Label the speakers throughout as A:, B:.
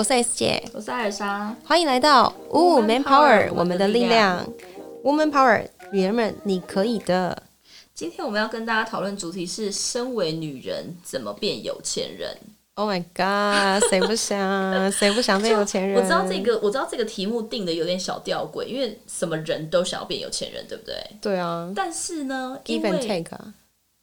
A: 我是 S 姐，
B: 我是艾莎，
A: 欢迎来到 Woman
B: Woman Power，
A: Power，我们的力量。Woman Power，女人们，你可以的。
B: 今天我们要跟大家讨论主题是：身为女人怎么变有钱人？
A: Oh my god，谁不想？谁不想变有钱人？
B: 我知道这。个，我知道这个题目定的有点小吊诡，因为什么人都想要变有钱人，对不对？
A: 对啊
B: 但是呢，因
A: ，give and
B: 为
A: take 啊。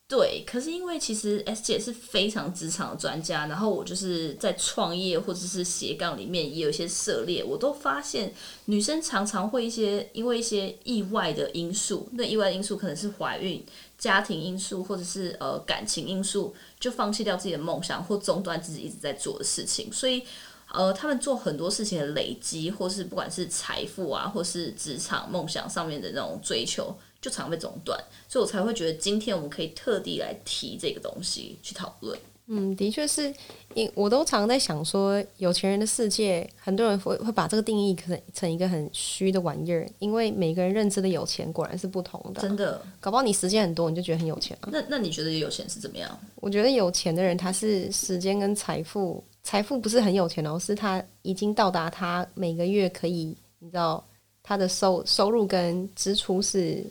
B: 对，可是因为其实 S 姐是非常职场的专家，然后我就是在创业或者是斜杠里面也有一些涉猎，我都发现女生常常会一些因为一些意外的因素，那意外的因素可能是怀孕、家庭因素或者是呃感情因素，就放弃掉自己的梦想或中断自己一直在做的事情，所以。呃，他们做很多事情的累积，或是不管是财富啊，或是职场梦想上面的那种追求，就常被中断。所以我才会觉得今天我们可以特地来提这个东西去讨论。
A: 嗯，的确是，因我都常在想说，有钱人的世界，很多人会会把这个定义可能成一个很虚的玩意儿，因为每个人认知的有钱果然是不同的啊。
B: 真的？
A: 搞不好你时间很多，你就觉得很有钱啊。
B: 那那你觉得有钱是怎么样？
A: 我觉得有钱的人，他是时间跟财富，财富不是很有钱哦，是他已经到达他每个月可以，你知道他的收收入跟支出是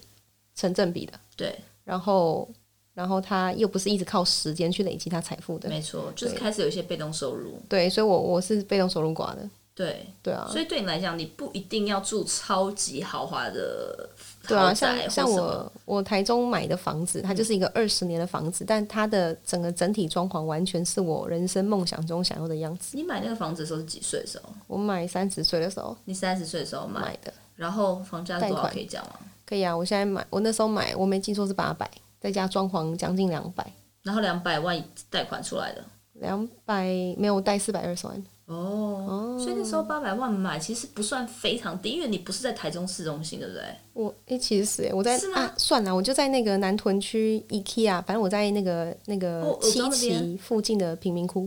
A: 成正比的，
B: 对，
A: 然后然后他又不是一直靠时间去累积他财富的，
B: 没错，就是
A: 对
B: 开始有一些被动收入。
A: 对，所以我我是被动收入寡的，
B: 对，
A: 对啊
B: 所，以对你来讲，你不一定要住超级豪华的
A: 对啊，
B: 豪宅
A: 像像
B: 或什么
A: 我我台中买的房子，它就是一个二十年的房子，但它的整个整体装潢完全是我人生梦想中想要的样子。
B: 你买那个房子的时候是几岁的时候？
A: 我买三十岁的时候
B: 你三十岁的时候买，
A: 买的。
B: 然后房价
A: 贷
B: 是多少
A: 款
B: 可以讲吗？
A: 可以啊，我现在买，我那时候买，我没记错是八百，再加装潢将近两百，
B: 然后两百万贷款出来的
A: 两百没有我贷四百二十万，
B: 哦，所以那时候八百万买其实不算非常低，因为你不是在台中市中心，对不对？
A: 我一起死欸，我在
B: 是吗
A: 啊，算了，我就在那个南屯区 IKEA，反正我在那个那
B: 哦
A: 个
B: 我知道
A: 七
B: 那边
A: 期附近的贫民窟，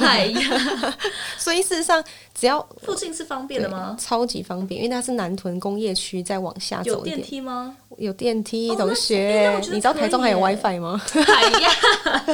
B: 哎呀，
A: 所以事实上只要
B: 附近是方便的吗
A: 对？超级方便，因为它是南屯工业区，再往下
B: 有
A: 走一
B: 电
A: 点，
B: 梯 吗？
A: 有电梯，
B: 哦那
A: 同
B: 哎那
A: 学
B: 我觉，得
A: 你知道
B: 可
A: 台中还有
B: 以耶
A: WiFi 吗？
B: 哎呀，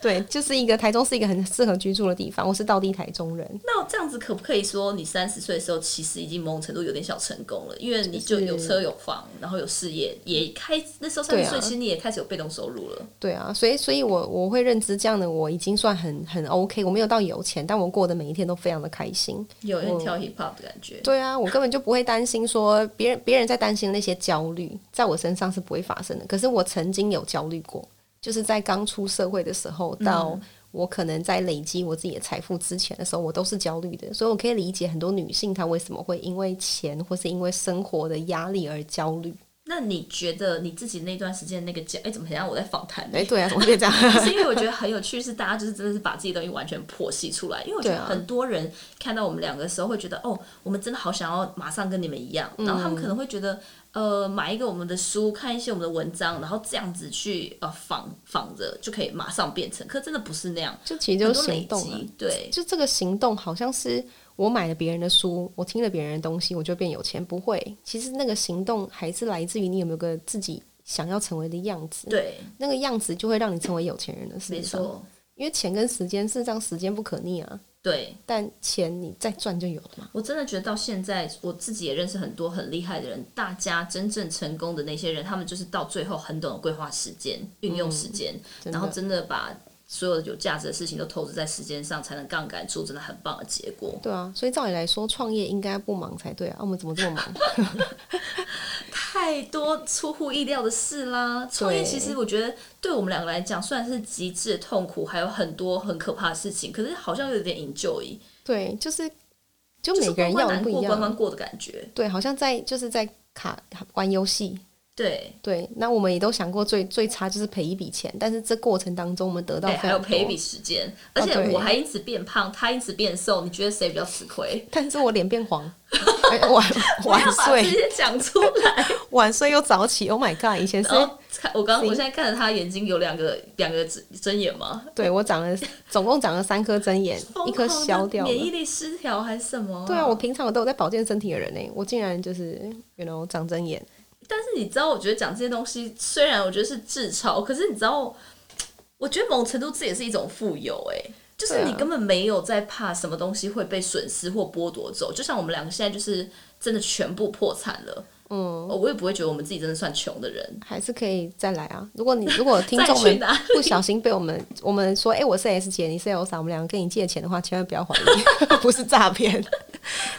A: 对，就是一个台中是一个很适合居住的地方，我是道地台中人。
B: 那我这样子可不可以说，你三十岁的时候其实已经某种程度有点小成功了？因为你
A: 就
B: 就
A: 是
B: 有车有房，然后有事业，也开那时候三
A: 对
B: 十
A: 啊
B: 岁，其实你也开始有被动收入了。
A: 对啊，所以所以我我会认知这样的我已经算很很 OK，我没有到有钱，但我过的每一天都非常的开心。
B: 有点
A: 我
B: 跳 hip hop 的感觉，
A: 对啊，我根本就不会担心说别人别人在担心那些焦虑，在我身上是不会发生的。可是我曾经有焦虑过，就是在刚出社会的时候，到我可能在累积我自己的财富之前的时候，我都是焦虑的。所以我可以理解很多女性她为什么会因为钱或是因为生活的压力而焦虑。
B: 那你觉得你自己那段时间那个焦，哎、怎么很像我在访谈呢？
A: 哎，对啊，怎么会这样？
B: 是因为我觉得很有趣，是大家就是真的是把自己的东西完全剖析出来。因为我觉
A: 对
B: 得
A: 啊
B: 很多人看到我们两个的时候，会觉得哦，我们真的好想要马上跟你们一样。然后
A: 嗯
B: 他们可能会觉得，呃，买一个我们的书，看一些我们的文章，然后这样子去呃仿仿着就可以马上变成。可真的不是那样，
A: 就其实
B: 很
A: 就
B: 多
A: 是
B: 累
A: 行动啊
B: 积。。对，
A: 就这个行动好像是我买了别人的书，我听了别人的东西，我就变有钱，不会。其实那个行动还是来自于你有没有个自己想要成为的样子，
B: 对，
A: 那个样子就会让你成为有钱人的。事
B: 没
A: 实上，
B: 错，
A: 因为钱跟时间，事实上时间不可逆啊，
B: 对。
A: 但钱你再赚就有了嘛。
B: 我真的觉得到现在，我自己也认识很多很厉害的人，大家真正成功的那些人，他们就是到最后很懂得规划时间、运用时间，
A: 真
B: 然后
A: 的，
B: 嗯真的把所有有价值的事情都投资在时间上，才能杠杆出真的很棒的结果。
A: 对啊，所以照理来说，创业应该不忙才对啊，啊我们怎么这么忙？
B: 太多出乎意料的事啦！创业其实我觉得对我们两个来讲，虽然是极致的痛苦，还有很多很可怕的事情，可是好像有点 enjoy，
A: 对，就是就
B: 就是
A: 每个人
B: 关
A: 要
B: 关
A: 的
B: 难
A: 不一
B: 过关
A: 样，
B: 关过的感觉。
A: 对，好像在就是在卡玩游戏，
B: 对，
A: 对，那我们也都想过最最差就是赔一笔钱，但是这过程当中我们得到
B: 对，
A: 非
B: 还有
A: 常
B: 赔一
A: 多。啊
B: 笔时间，而且
A: 对
B: 我还因此变胖，他因此变瘦，你觉得谁比较吃 亏？
A: 但是我脸变 黄，哎晚
B: 不要
A: 晚
B: 把这
A: 睡，
B: 些讲出 来。
A: 晚睡又早起。Oh my god！以前是
B: 然后看我刚，我现在看着他眼睛有两个两个针针眼吗？
A: 对我长了，总共长了三颗针眼，一颗
B: 疯狂的
A: 消掉
B: 免疫
A: 了。
B: 力失调还是什么？
A: 对啊，我。平常我都有在保健身体的人呢、我竟然就是，you know，长针眼。
B: 但是你知道，我觉得讲这些东西，虽然我觉得是自嘲，可是你知道，我觉得某程度这也是一种富有、哎，就是你根本没有在怕什么东西会被损失或剥夺走。就像我们两个现在就是真的全部破产了，
A: 嗯，
B: 哦我也不会觉得我们自己真的算穷的人。
A: 还是可以再来啊。如果 你如果听众
B: 再去
A: 们
B: 哪
A: 不小心被我们我们说，哎、我是 S 姐，你是 Elsa，我们两个跟你借钱的话，千万不要怀疑， 不是诈骗。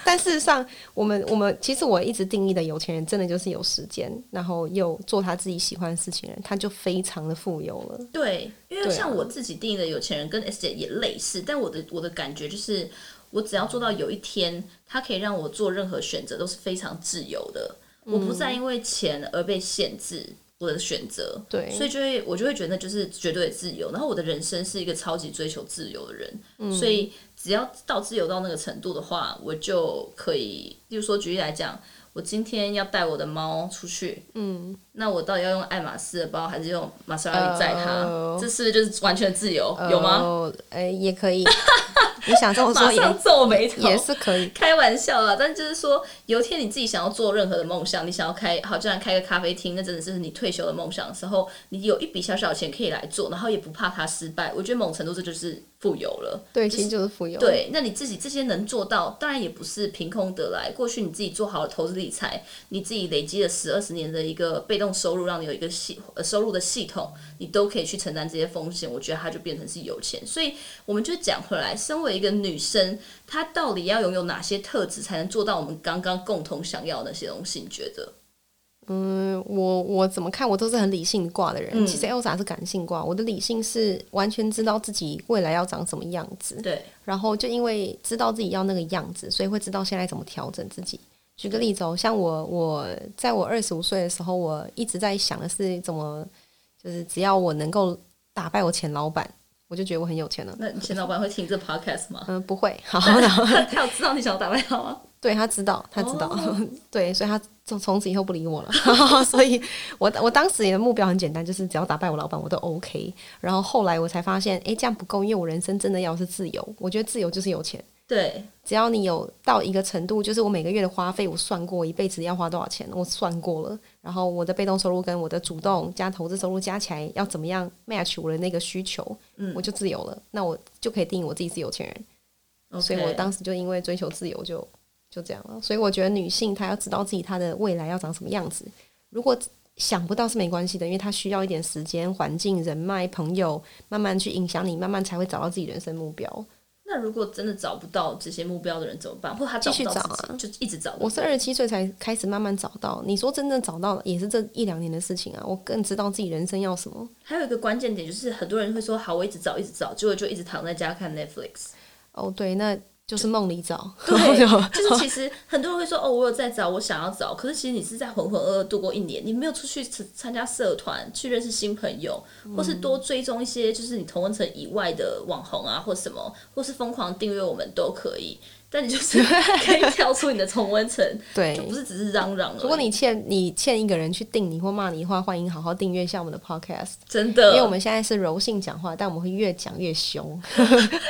A: 但事实上，我们我们其实我一直定义的有钱人，真的就是有时间，然后又做他自己喜欢的事情的人，他就非常的富有了。
B: 对，因为
A: 对啊
B: 像我自己定义的有钱人跟 S 姐也类似，但我的我的感觉就是，我只要做到有一天，他可以让我做任何选择都是非常自由的，我不
A: 嗯
B: 再因为钱而被限制我的选择。
A: 对
B: 所以就会我就会觉得就是绝对的自由。然后我的人生是一个超级追求自由的人，
A: 嗯
B: 所以只要到自由到那个程度的话，我就可以，例如说举例来讲。我今天要带我的猫出去，
A: 嗯，
B: 那我到底要用爱马仕的包还是用玛莎拉蒂载它？
A: 哦
B: 这是不是就是完全自由？有吗？
A: 呃？哎、也可以。你想这么
B: 马
A: 说
B: 上
A: 也
B: 皱眉头。
A: 也是可以。
B: 开玩笑啦，但就是说，有一天你自己想要做任何的梦想，你想要开，好，就像开个咖啡厅，那真的是你退休的梦想的时候，你有一笔小小的钱可以来做，然后也不怕它失败。我觉得某种程度这就是富有了。
A: 对，其实就是富有。，
B: 对，那你自己这些能做到，当然也不是凭空得来。过去你自己做好了投资理财，你自己累积了十二十年的一个被动收入，让你有一个系呃收入的系统，你都可以去承担这些风险。我觉得它就变成是有钱。所以我们就讲回来，身为一个女生，她到底要拥有哪些特质，才能做到我们刚刚共同想要的那些东西？你觉得？
A: 嗯，我我怎么看，我都是很理性挂的人。
B: 嗯
A: 其实 Elsa 是感性挂，我的理性是完全知道自己未来要长什么样子，
B: 对，
A: 然后就因为知道自己要那个样子，所以会知道现在怎么调整自己。举个例子哦，像我，我在我二十五岁的时候，我一直在想的是怎么，就是只要我能够打败我前老板，我就觉得我很有钱了。
B: 那你前老板会听这 podcast 吗？
A: 嗯、不会，好，然后
B: 他 他有知道你想要打败他吗？
A: 对他知道，他知道，
B: 哦
A: 对，所以他从从此以后不理我了。 所以我我当时的目标很简单，就是只要打败我老板，我都 OK。然后后来我才发现，诶，这样不够，因为我人生真的要是自由，我觉得自由就是有钱。
B: 对，
A: 只要你有到一个程度，就是我每个月的花费，我算过一辈子要花多少钱，我算过了。然后我的被动收入跟我的主动加投资收入加起来要怎么样 match 我的那个需求，
B: 嗯
A: 我就自由了。那我就可以定义我自己是有钱人。所以我
B: OK
A: 当时就因为追求自由就就这样了。所以我觉得女性她要知道自己她的未来要长什么样子，如果想不到是没关系的，因为她需要一点时间、环境、人脉、朋友，慢慢去影响你，慢慢才会找到自己人生目标。
B: 那如果真的找不到这些目标的人怎么办？或他找
A: 继续
B: 不到自己，
A: 找啊
B: 就一直找。
A: 我是二十七岁才开始慢慢找到，你说真正找到也是这一两年的事情啊。我更知道自己人生要什么。
B: 还有一个关键点就是，很多人会说好，我一直找，一直找，结果就一直躺在家看 Netflix。
A: 哦，对，那就是梦里找。
B: 对，就是其实很多人会说哦，我有在找，我想要找，可是其实你是在浑浑噩噩度过一年，你没有出去参参加社团，去认识新朋友，或是
A: 嗯
B: 多追踪一些就是你同温层以外的网红啊，或什么，或是疯狂订阅我们都可以。但你就是 可以跳出你的同温层，
A: 对
B: 就不是只是嚷嚷而已。
A: 如果你欠你欠一个人去定你或骂你的话，欢迎好好订阅一下我们的 podcast。
B: 真的，
A: 因为我们现在是柔性讲话，但我们会越讲越凶，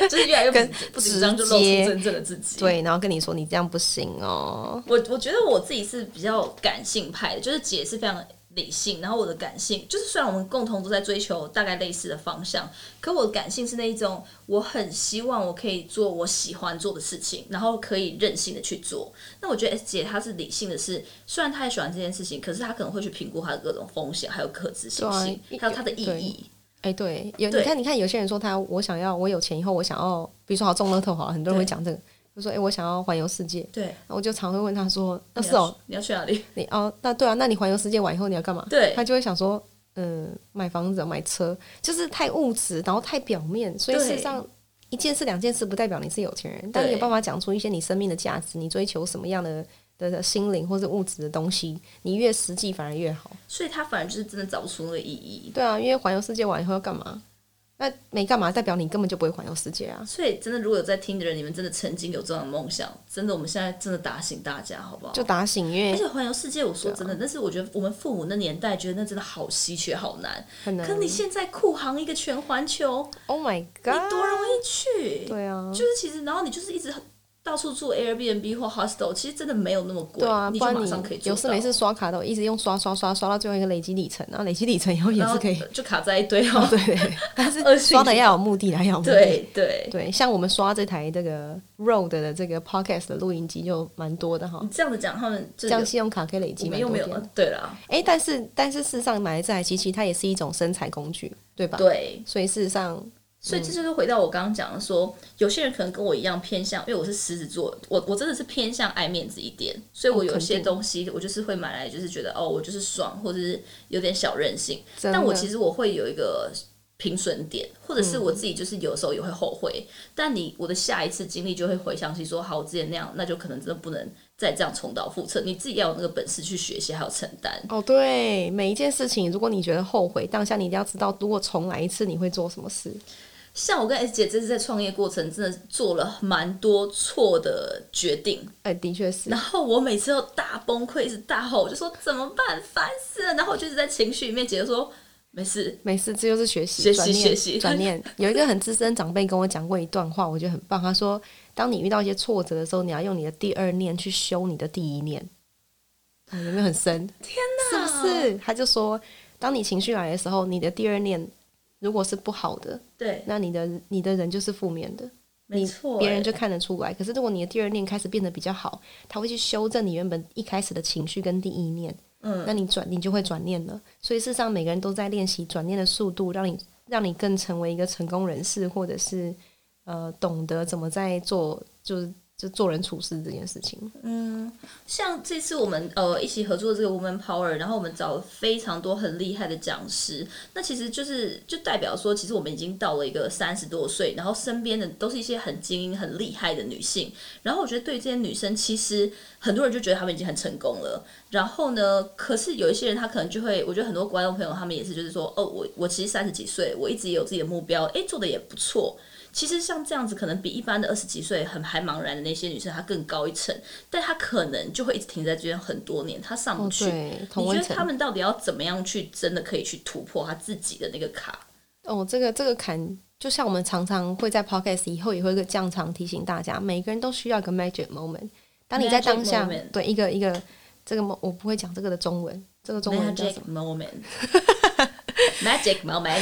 B: 就是越来越不不紧张，就露出
A: 直接
B: 真正的自 己。，
A: 对，然后跟你说你这样不行哦，
B: 我我觉得我自己是比较感性派的，就是姐是非常理性，然后我的感性就是虽然我们共同都在追求大概类似的方向，可我的感性是那一种我很希望我可以做我喜欢做的事情，然后可以任性的去做。那我觉得 S 姐她是理性的是，虽然她也喜欢这件事情，可是她可能会去评估她的各种风险，还有可执行性，
A: 对啊
B: 还有它的意义。
A: 哎，对，有你
B: 对
A: 看，你看有些人说他我想要我有钱以后我想要，比如说好中乐透好了，很多人会讲这个，就说哎我想要环游世界，
B: 对，
A: 然后我就常会问他说那
B: 你
A: 是
B: 要
A: 哦，
B: 你要去哪里？
A: 你哦那对啊，那你环游世界完以后你要干嘛？
B: 对
A: 他就会想说嗯买房子买车，就是太物质，然后太表面，所以
B: 对
A: 事实上。一件事两件事不代表你是有钱人，但你有
B: 对
A: 办法讲出一些你生命的价值，你追求什么样的的的心灵或者物质的东西，你越实际反而越好。
B: 所以她反而就是真的找不出那个意义。
A: 对啊，因为环游世界完以后要干嘛？那没干嘛，代表你根本就不会环游世界啊！
B: 所以，真的，如果有在听的人，你们真的曾经有这样的梦想，真的，我们现在真的打醒大家，好不好？
A: 就啊打醒，因
B: 而
A: 为
B: 且环游世界，我说真的，但是我觉得我们父母那年代觉得那真的好稀缺、好难。
A: 很难
B: 可。你现在酷航一个全环球，
A: Oh my
B: 你
A: god！
B: 多容易去？
A: 对啊，
B: 就是其实，然后你就是一直到到处住 Airbnb 或 hostel，其实真的没有那么贵，
A: 对啊，
B: 你
A: 不
B: 就
A: 然
B: 马
A: 你
B: 上可以做
A: 有
B: 到。
A: 事没事刷卡的，我一直用刷刷刷刷到最后一个累积里程，然后累积里程以后也
B: 然后
A: 是可以，
B: 就卡在一堆 哦。
A: 对对，对但
B: 恶
A: 是
B: 性
A: 刷的要有目的啦，要有目的。
B: 对对，
A: 对，像我们刷这台这个 Rode 的这个 Podcast 的录音机就蛮多的哈
B: 你，这样子讲，他们就
A: 这
B: 有
A: 样信用卡可以累
B: 嗯我
A: 积
B: 们
A: 蛮
B: 又
A: 多
B: 没有啊
A: 点。
B: 对啦，
A: 哎、但是但是事实上买了这台机器，它也是一种生财工具，对吧？。
B: 对，
A: 所以事实上，嗯
B: 所以这就是回到我刚刚讲的说，有些人可能跟我一样偏向，因为我是狮子座，我我真的是偏向爱面子一点，所以我
A: 哦
B: 有
A: 肯
B: 些
A: 定
B: 东西我就是会买来，就是觉得哦，我就是爽，或者是有点小任性。
A: 真
B: 但我
A: 的嗯
B: 其实我会有一个平损点，或者是我自己就是有时候也会后悔。但你我的下一次经历就会回想起说，好，我之前那样，那就可能真的不能再这样重蹈覆辙。你自己要有那个本事去学习，还有承担。
A: 哦，对，每一件事情，如果你觉得后悔，当下你一定要知道，如果重来一次，你会做什么事。
B: 像我跟 S 姐这次在创业过程，真的做了蛮多错的决定，
A: 哎、的确是
B: 然。后我每次都大崩溃，一直大吼，我就说怎么办，烦死了。然后我就一直在情绪里面，姐姐说没事，
A: 没事，这就是学习，
B: 学习
A: 转念
B: 学习
A: 转念。有一个很资深长辈跟我讲过一段话，我觉得很棒。他说，当你遇到一些挫折的时候，你要用你的第二念去修你的第一念。哦、有没有很深？天
B: 哪
A: 是不是？他就说，当你情绪来的时候，你的第二念如果是不好的，
B: 对，
A: 那你的你的人就是负面的，
B: 没错、
A: 别人就
B: 哎
A: 看得出来。可是如果你的第二念开始变得比较好，他会去修正你原本一开始的情绪跟第一念。那
B: 嗯，
A: 你转你就会转念了。所以事实上，每个人都在练习转念的速度，让你让你更成为一个成功人士，或者是呃懂得怎么在做就是就做人处事这件事情。
B: 像这次我们呃一起合作的这个 Woman Power，然后我们找了非常多很厉害的讲师，那其实就是就代表说，其实我们已经到了一个三十多岁，然后身边的都是一些很精英、很厉害的女性，然后我觉得对于这些女生，其实很多人就觉得她们已经很成功了。然后呢，可是有一些人她可能就会，我觉得很多观众朋友他们也是，就是说，哦，我我其实三十几岁，我一直也有自己的目标，诶，做的也不错。其实像这样子，可能比一般的二十几岁很还茫然的那些女生，她更高一层，但她可能就会一直停在这边很多年，她上不
A: 哦，
B: 去。
A: 对，同
B: 你觉
A: 温
B: 得他
A: 层。
B: 们到底要怎么样去真的可以去突破他自己的那个卡？
A: 哦，这个这个坎，就像我们常常会在 podcast 以后也会个这样常提醒大家，每个人都需要一个 magic moment。当你在
B: Magic
A: 当下
B: moment
A: 对一个一个这个我不会讲这个的中文，这个中文叫
B: Magic
A: 什么？
B: moment，Magic moment，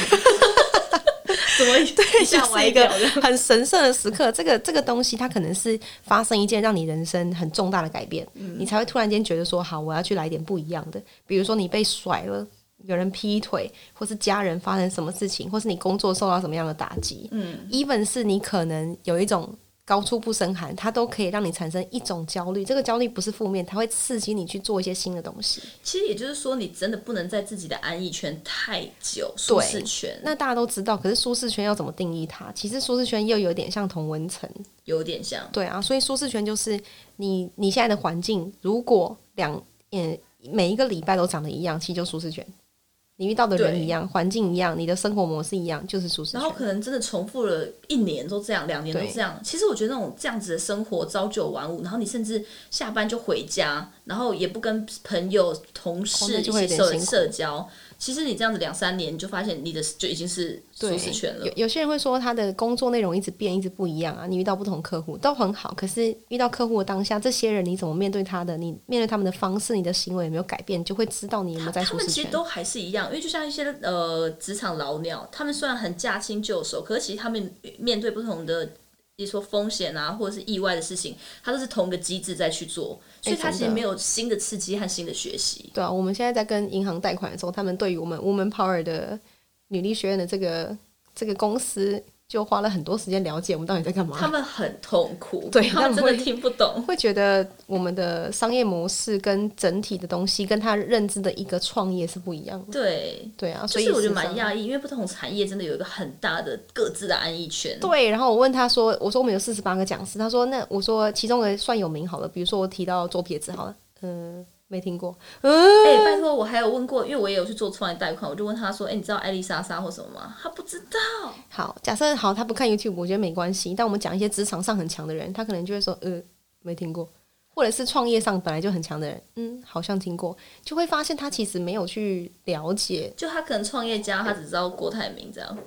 B: 怎么一
A: 就
B: 下
A: 是
B: 歪
A: 一个
B: 掉的？
A: 很神圣的时刻。这个这个东西，它可能是发生一件让你人生很重大的改变，
B: 嗯
A: 你才会突然间觉得说，好，我要去来点不一样的。比如说你被甩了，有人劈腿，或是家人发生什么事情，或是你工作受到什么样的打击，
B: 嗯，
A: even 是你可能有一种。高处不胜寒，它都可以让你产生一种焦虑。这个焦虑不是负面，它会刺激你去做一些新的东西。
B: 其实也就是说，你真的不能在自己的安逸圈太久，舒适圈
A: 那大家都知道，可是舒适圈要怎么定义它？其实舒适圈又有点像同温层，
B: 有点像。
A: 对啊，所以舒适圈就是你你现在的环境，如果两嗯每一个礼拜都长得一样，其实就舒适圈。你遇到的人
B: 对
A: 一样，环境一样，你的生活模式一样，就是舒适
B: 然后
A: 圈。
B: 可能真的重复了一年都这样，两年都
A: 对
B: 这样。其实我觉得那种这样子的生活，朝九晚五，然后你甚至下班就回家，然后也不跟朋友、同
A: 哦
B: 事
A: 那
B: 一
A: 就会
B: 起
A: 有点
B: 社
A: 辛苦
B: 社交。其实你这样子两三年，你就发现你的就已经是舒
A: 对
B: 适圈了
A: 有。有些人会说他的工作内容一直变，一直不一样啊。你遇到不同客户都很好，可是遇到客户的当下，这些人你怎么面对他的？你面对他们的方式，你的行为有没有改变，你就会知道你有没有在
B: 他
A: 舒
B: 们
A: 适
B: 其实
A: 圈。
B: 都还是一样，因为就像一些呃职场老鸟，他们虽然很驾轻就熟，可是其实他们面对不同的，比如说风险啊，或者是意外的事情，他都是同一个机制在去做，所以他其
A: 哎真
B: 实
A: 的
B: 没有新的刺激和新的学习。
A: 对啊，我们现在在跟银行贷款的时候，他们对于我们 Woman Power 的女力学院的这个这个公司，就花了很多时间了解我们到底在干
B: 他
A: 嘛。
B: 们很痛苦，
A: 对
B: 他们
A: 他
B: 真
A: 们
B: 的听不 懂。
A: 会觉得我们的商业模式跟整体的东西，跟他认知的一个创业是不一样的。
B: 对，
A: 对啊，所
B: 就
A: 以
B: 是我
A: 事
B: 觉得
A: 实
B: 蛮
A: 上
B: 讶异，因为不同产业真的有一个很大的各自的安逸圈。
A: 对，然后我问他说：“我说我们有四十八个讲师。”他说：“那我说其中的算有名好了，比如说我提到左撇子好了，嗯、没听过，
B: 哎、拜托，我还有问过，因为我也有去做创业贷款，我就问他说：“哎、你知道艾丽莎莎或什么吗？”他不知道。
A: 好，假设好，他不看 YouTube，我觉得没关系。但我们讲一些职场上很强的人，他可能就会说，呃，没听过，或者是创业上本来就很强的人，嗯，好像听过，就会发现他其实没有去了解
B: 就他可能创业家，他只知道郭台铭这样，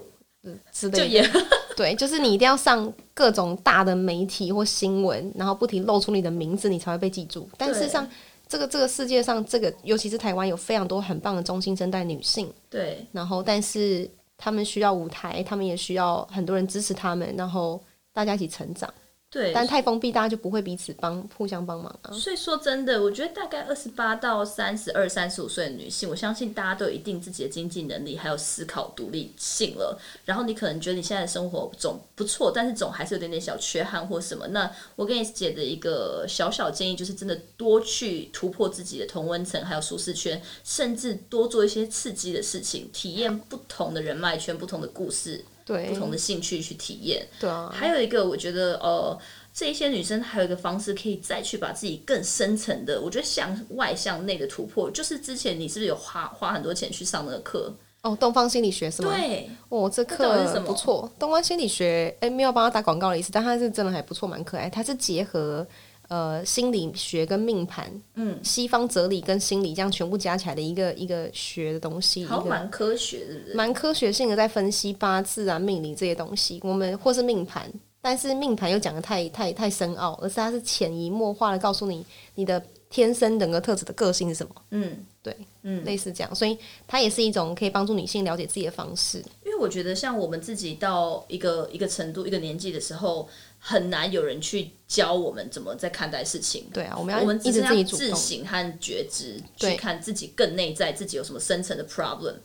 A: 呃之
B: 就
A: 类的。
B: 也
A: 对，就是你一定要上各种大的媒体或新闻，然后不停露出你的名字，你才会被记住。但事实上，这个这个世界上，这个尤其是台湾有非常多很棒的中新生代女性，
B: 对，
A: 然后但是她们需要舞台，她们也需要很多人支持她们，然后大家一起成长。
B: 对，
A: 但太封闭，大家就不会彼此帮互相帮忙啊。
B: 所以说真的，我觉得大概二十八到三十二、三十五岁的女性，我相信大家都有一定自己的经济能力，还有思考独立性了。然后你可能觉得你现在的生活总不错，但是总还是有点点小缺憾或什么。那我给你姐的一个小小建议，就是真的多去突破自己的同温层，还有舒适圈，甚至多做一些刺激的事情，体验不同的人脉圈、不同的故事、
A: 对
B: 不，同的兴趣去体验。
A: 对啊，
B: 还有一个，我觉得呃，这一些女生还有一个方式可以再去把自己更深层的，我觉得向外向内的突破，就是之前你是不是有花花很多钱去上那个课？嗯
A: 哦，东方心理学是吗？
B: 对，
A: 哦，这
B: 到底是
A: 课
B: 什么
A: 不错。东方心理学，哎、没有帮他打广告的意思，但他是真的还不错，蛮可爱。它是结合呃心理学跟命盘，
B: 嗯，
A: 西方哲理跟心理这样全部加起来的一个一个学的东西，一
B: 好像
A: 个
B: 蛮科学，是不是？
A: 蛮科学性的在分析八字啊、命理这些东西，我们或是命盘。但是命盘又讲的太太太深奥，而是它是潜移默化的告诉你你的天生人格特质的个性是什么，
B: 嗯，
A: 对，
B: 嗯，
A: 类似这样，所以它也是一种可以帮助女性了解自己的方式。
B: 因为我觉得像我们自己到一个一个程度、一个年纪的时候，很难有人去教我们怎么在看待事情。
A: 对啊，我们要
B: 我们
A: 一
B: 只
A: 直
B: 是
A: 自己
B: 要
A: 主
B: 自
A: 动。
B: 省和觉知，
A: 对
B: 去看自己更内在，自己有什么深层的 problem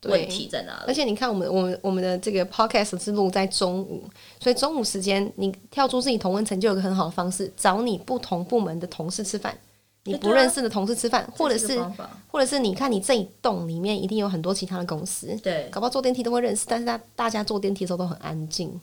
A: 对
B: 问题在哪
A: 而
B: 里。
A: 且你看我，们我们我们的这个 podcast 是录在中午，所以中午时间你跳出自己同温层，就有个很好的方式，找你不同部门的同事吃饭，你
B: 哎
A: 不
B: 对啊
A: 认识的同事吃饭，或者
B: 这
A: 是
B: 个方法
A: 或者是你看你这一栋里面一定有很多其他的公司，
B: 对，
A: 搞不好坐电梯都会认识，但是大大家坐电梯的时候都很安静。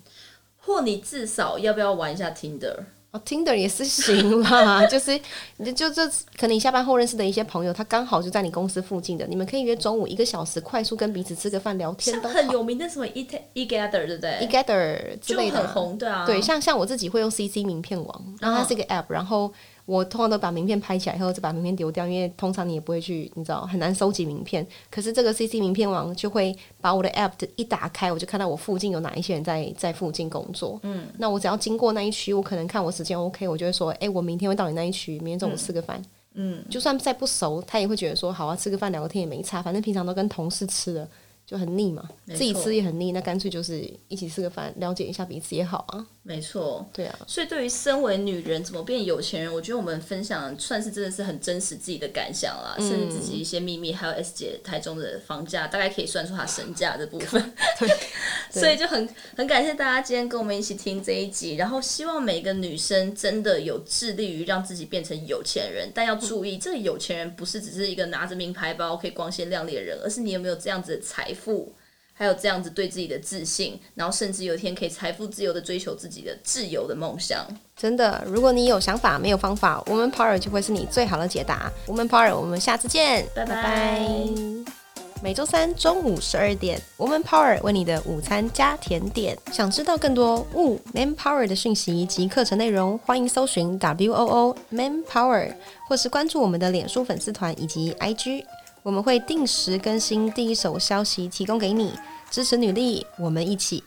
B: 或你至少要不要玩一下 Tinder？
A: 哦，Tinder 也是行啦， 就是你就就可能你下班后认识的一些朋友，他刚好就在你公司附近的，你们可以约中午一个小时，快速跟彼此吃个饭聊天
B: 像
A: 都
B: 很
A: 好
B: 有名的什么 E E Gather，对不对？
A: ，Together 之
B: 就
A: 类的
B: 很
A: 啊。
B: 红，对啊，嗯
A: 对，像像我自己会用 CC 名片网，然后它是一个 app，、然后我通常都把名片拍起来以后，再把名片丢掉，因为通常你也不会去，你知道很难收集名片。可是这个 CC 名片网就会把我的 app 的一打开，我就看到我附近有哪一些人在在附近工作。嗯，那我只要经过那一区，我可能看我时间 OK，我就会说，哎、我明天会到你那一区，明天中午吃个饭。
B: 嗯，
A: 就算再不熟，他也会觉得说好啊，吃个饭聊个天也没差，反正平常都跟同事吃的就很腻嘛，
B: 没
A: 自己
B: 错
A: 吃也很腻，那干脆就是一起吃个饭，了解一下彼此也好啊。
B: 没错。
A: 对啊，
B: 所以，对于身为女人怎么变有钱人，我觉得我们分享算是真的是很真实自己的感想啦，甚至自己一些秘密，还有 S 姐台中的房价，大概可以算出她身价的部分。 对，所以就很很感谢大家今天跟我们一起听这一集，然后希望每个女生真的有致力于让自己变成有钱人，但要注意，这个有钱人不是只是一个拿着名牌包可以光鲜亮丽的人，而是你有没有这样子的财富。还有这样子对自己的自信，然后甚至有一天可以财富自由的追求自己的自由的梦想。
A: 真的，如果你有想法没有方法，Woman Power 就会是你最好的解答。Woman Power，我们下次见，
B: 拜拜
A: 每周三中午十二点，Woman Power 为你的午餐加甜点。想知道更多 Wo Man Power 的讯息及课程内容，欢迎搜寻 W O O Man Power，或是关注我们的脸书粉丝团以及 IG，我们会定时更新第一手消息，提供给你支持女力，我们一起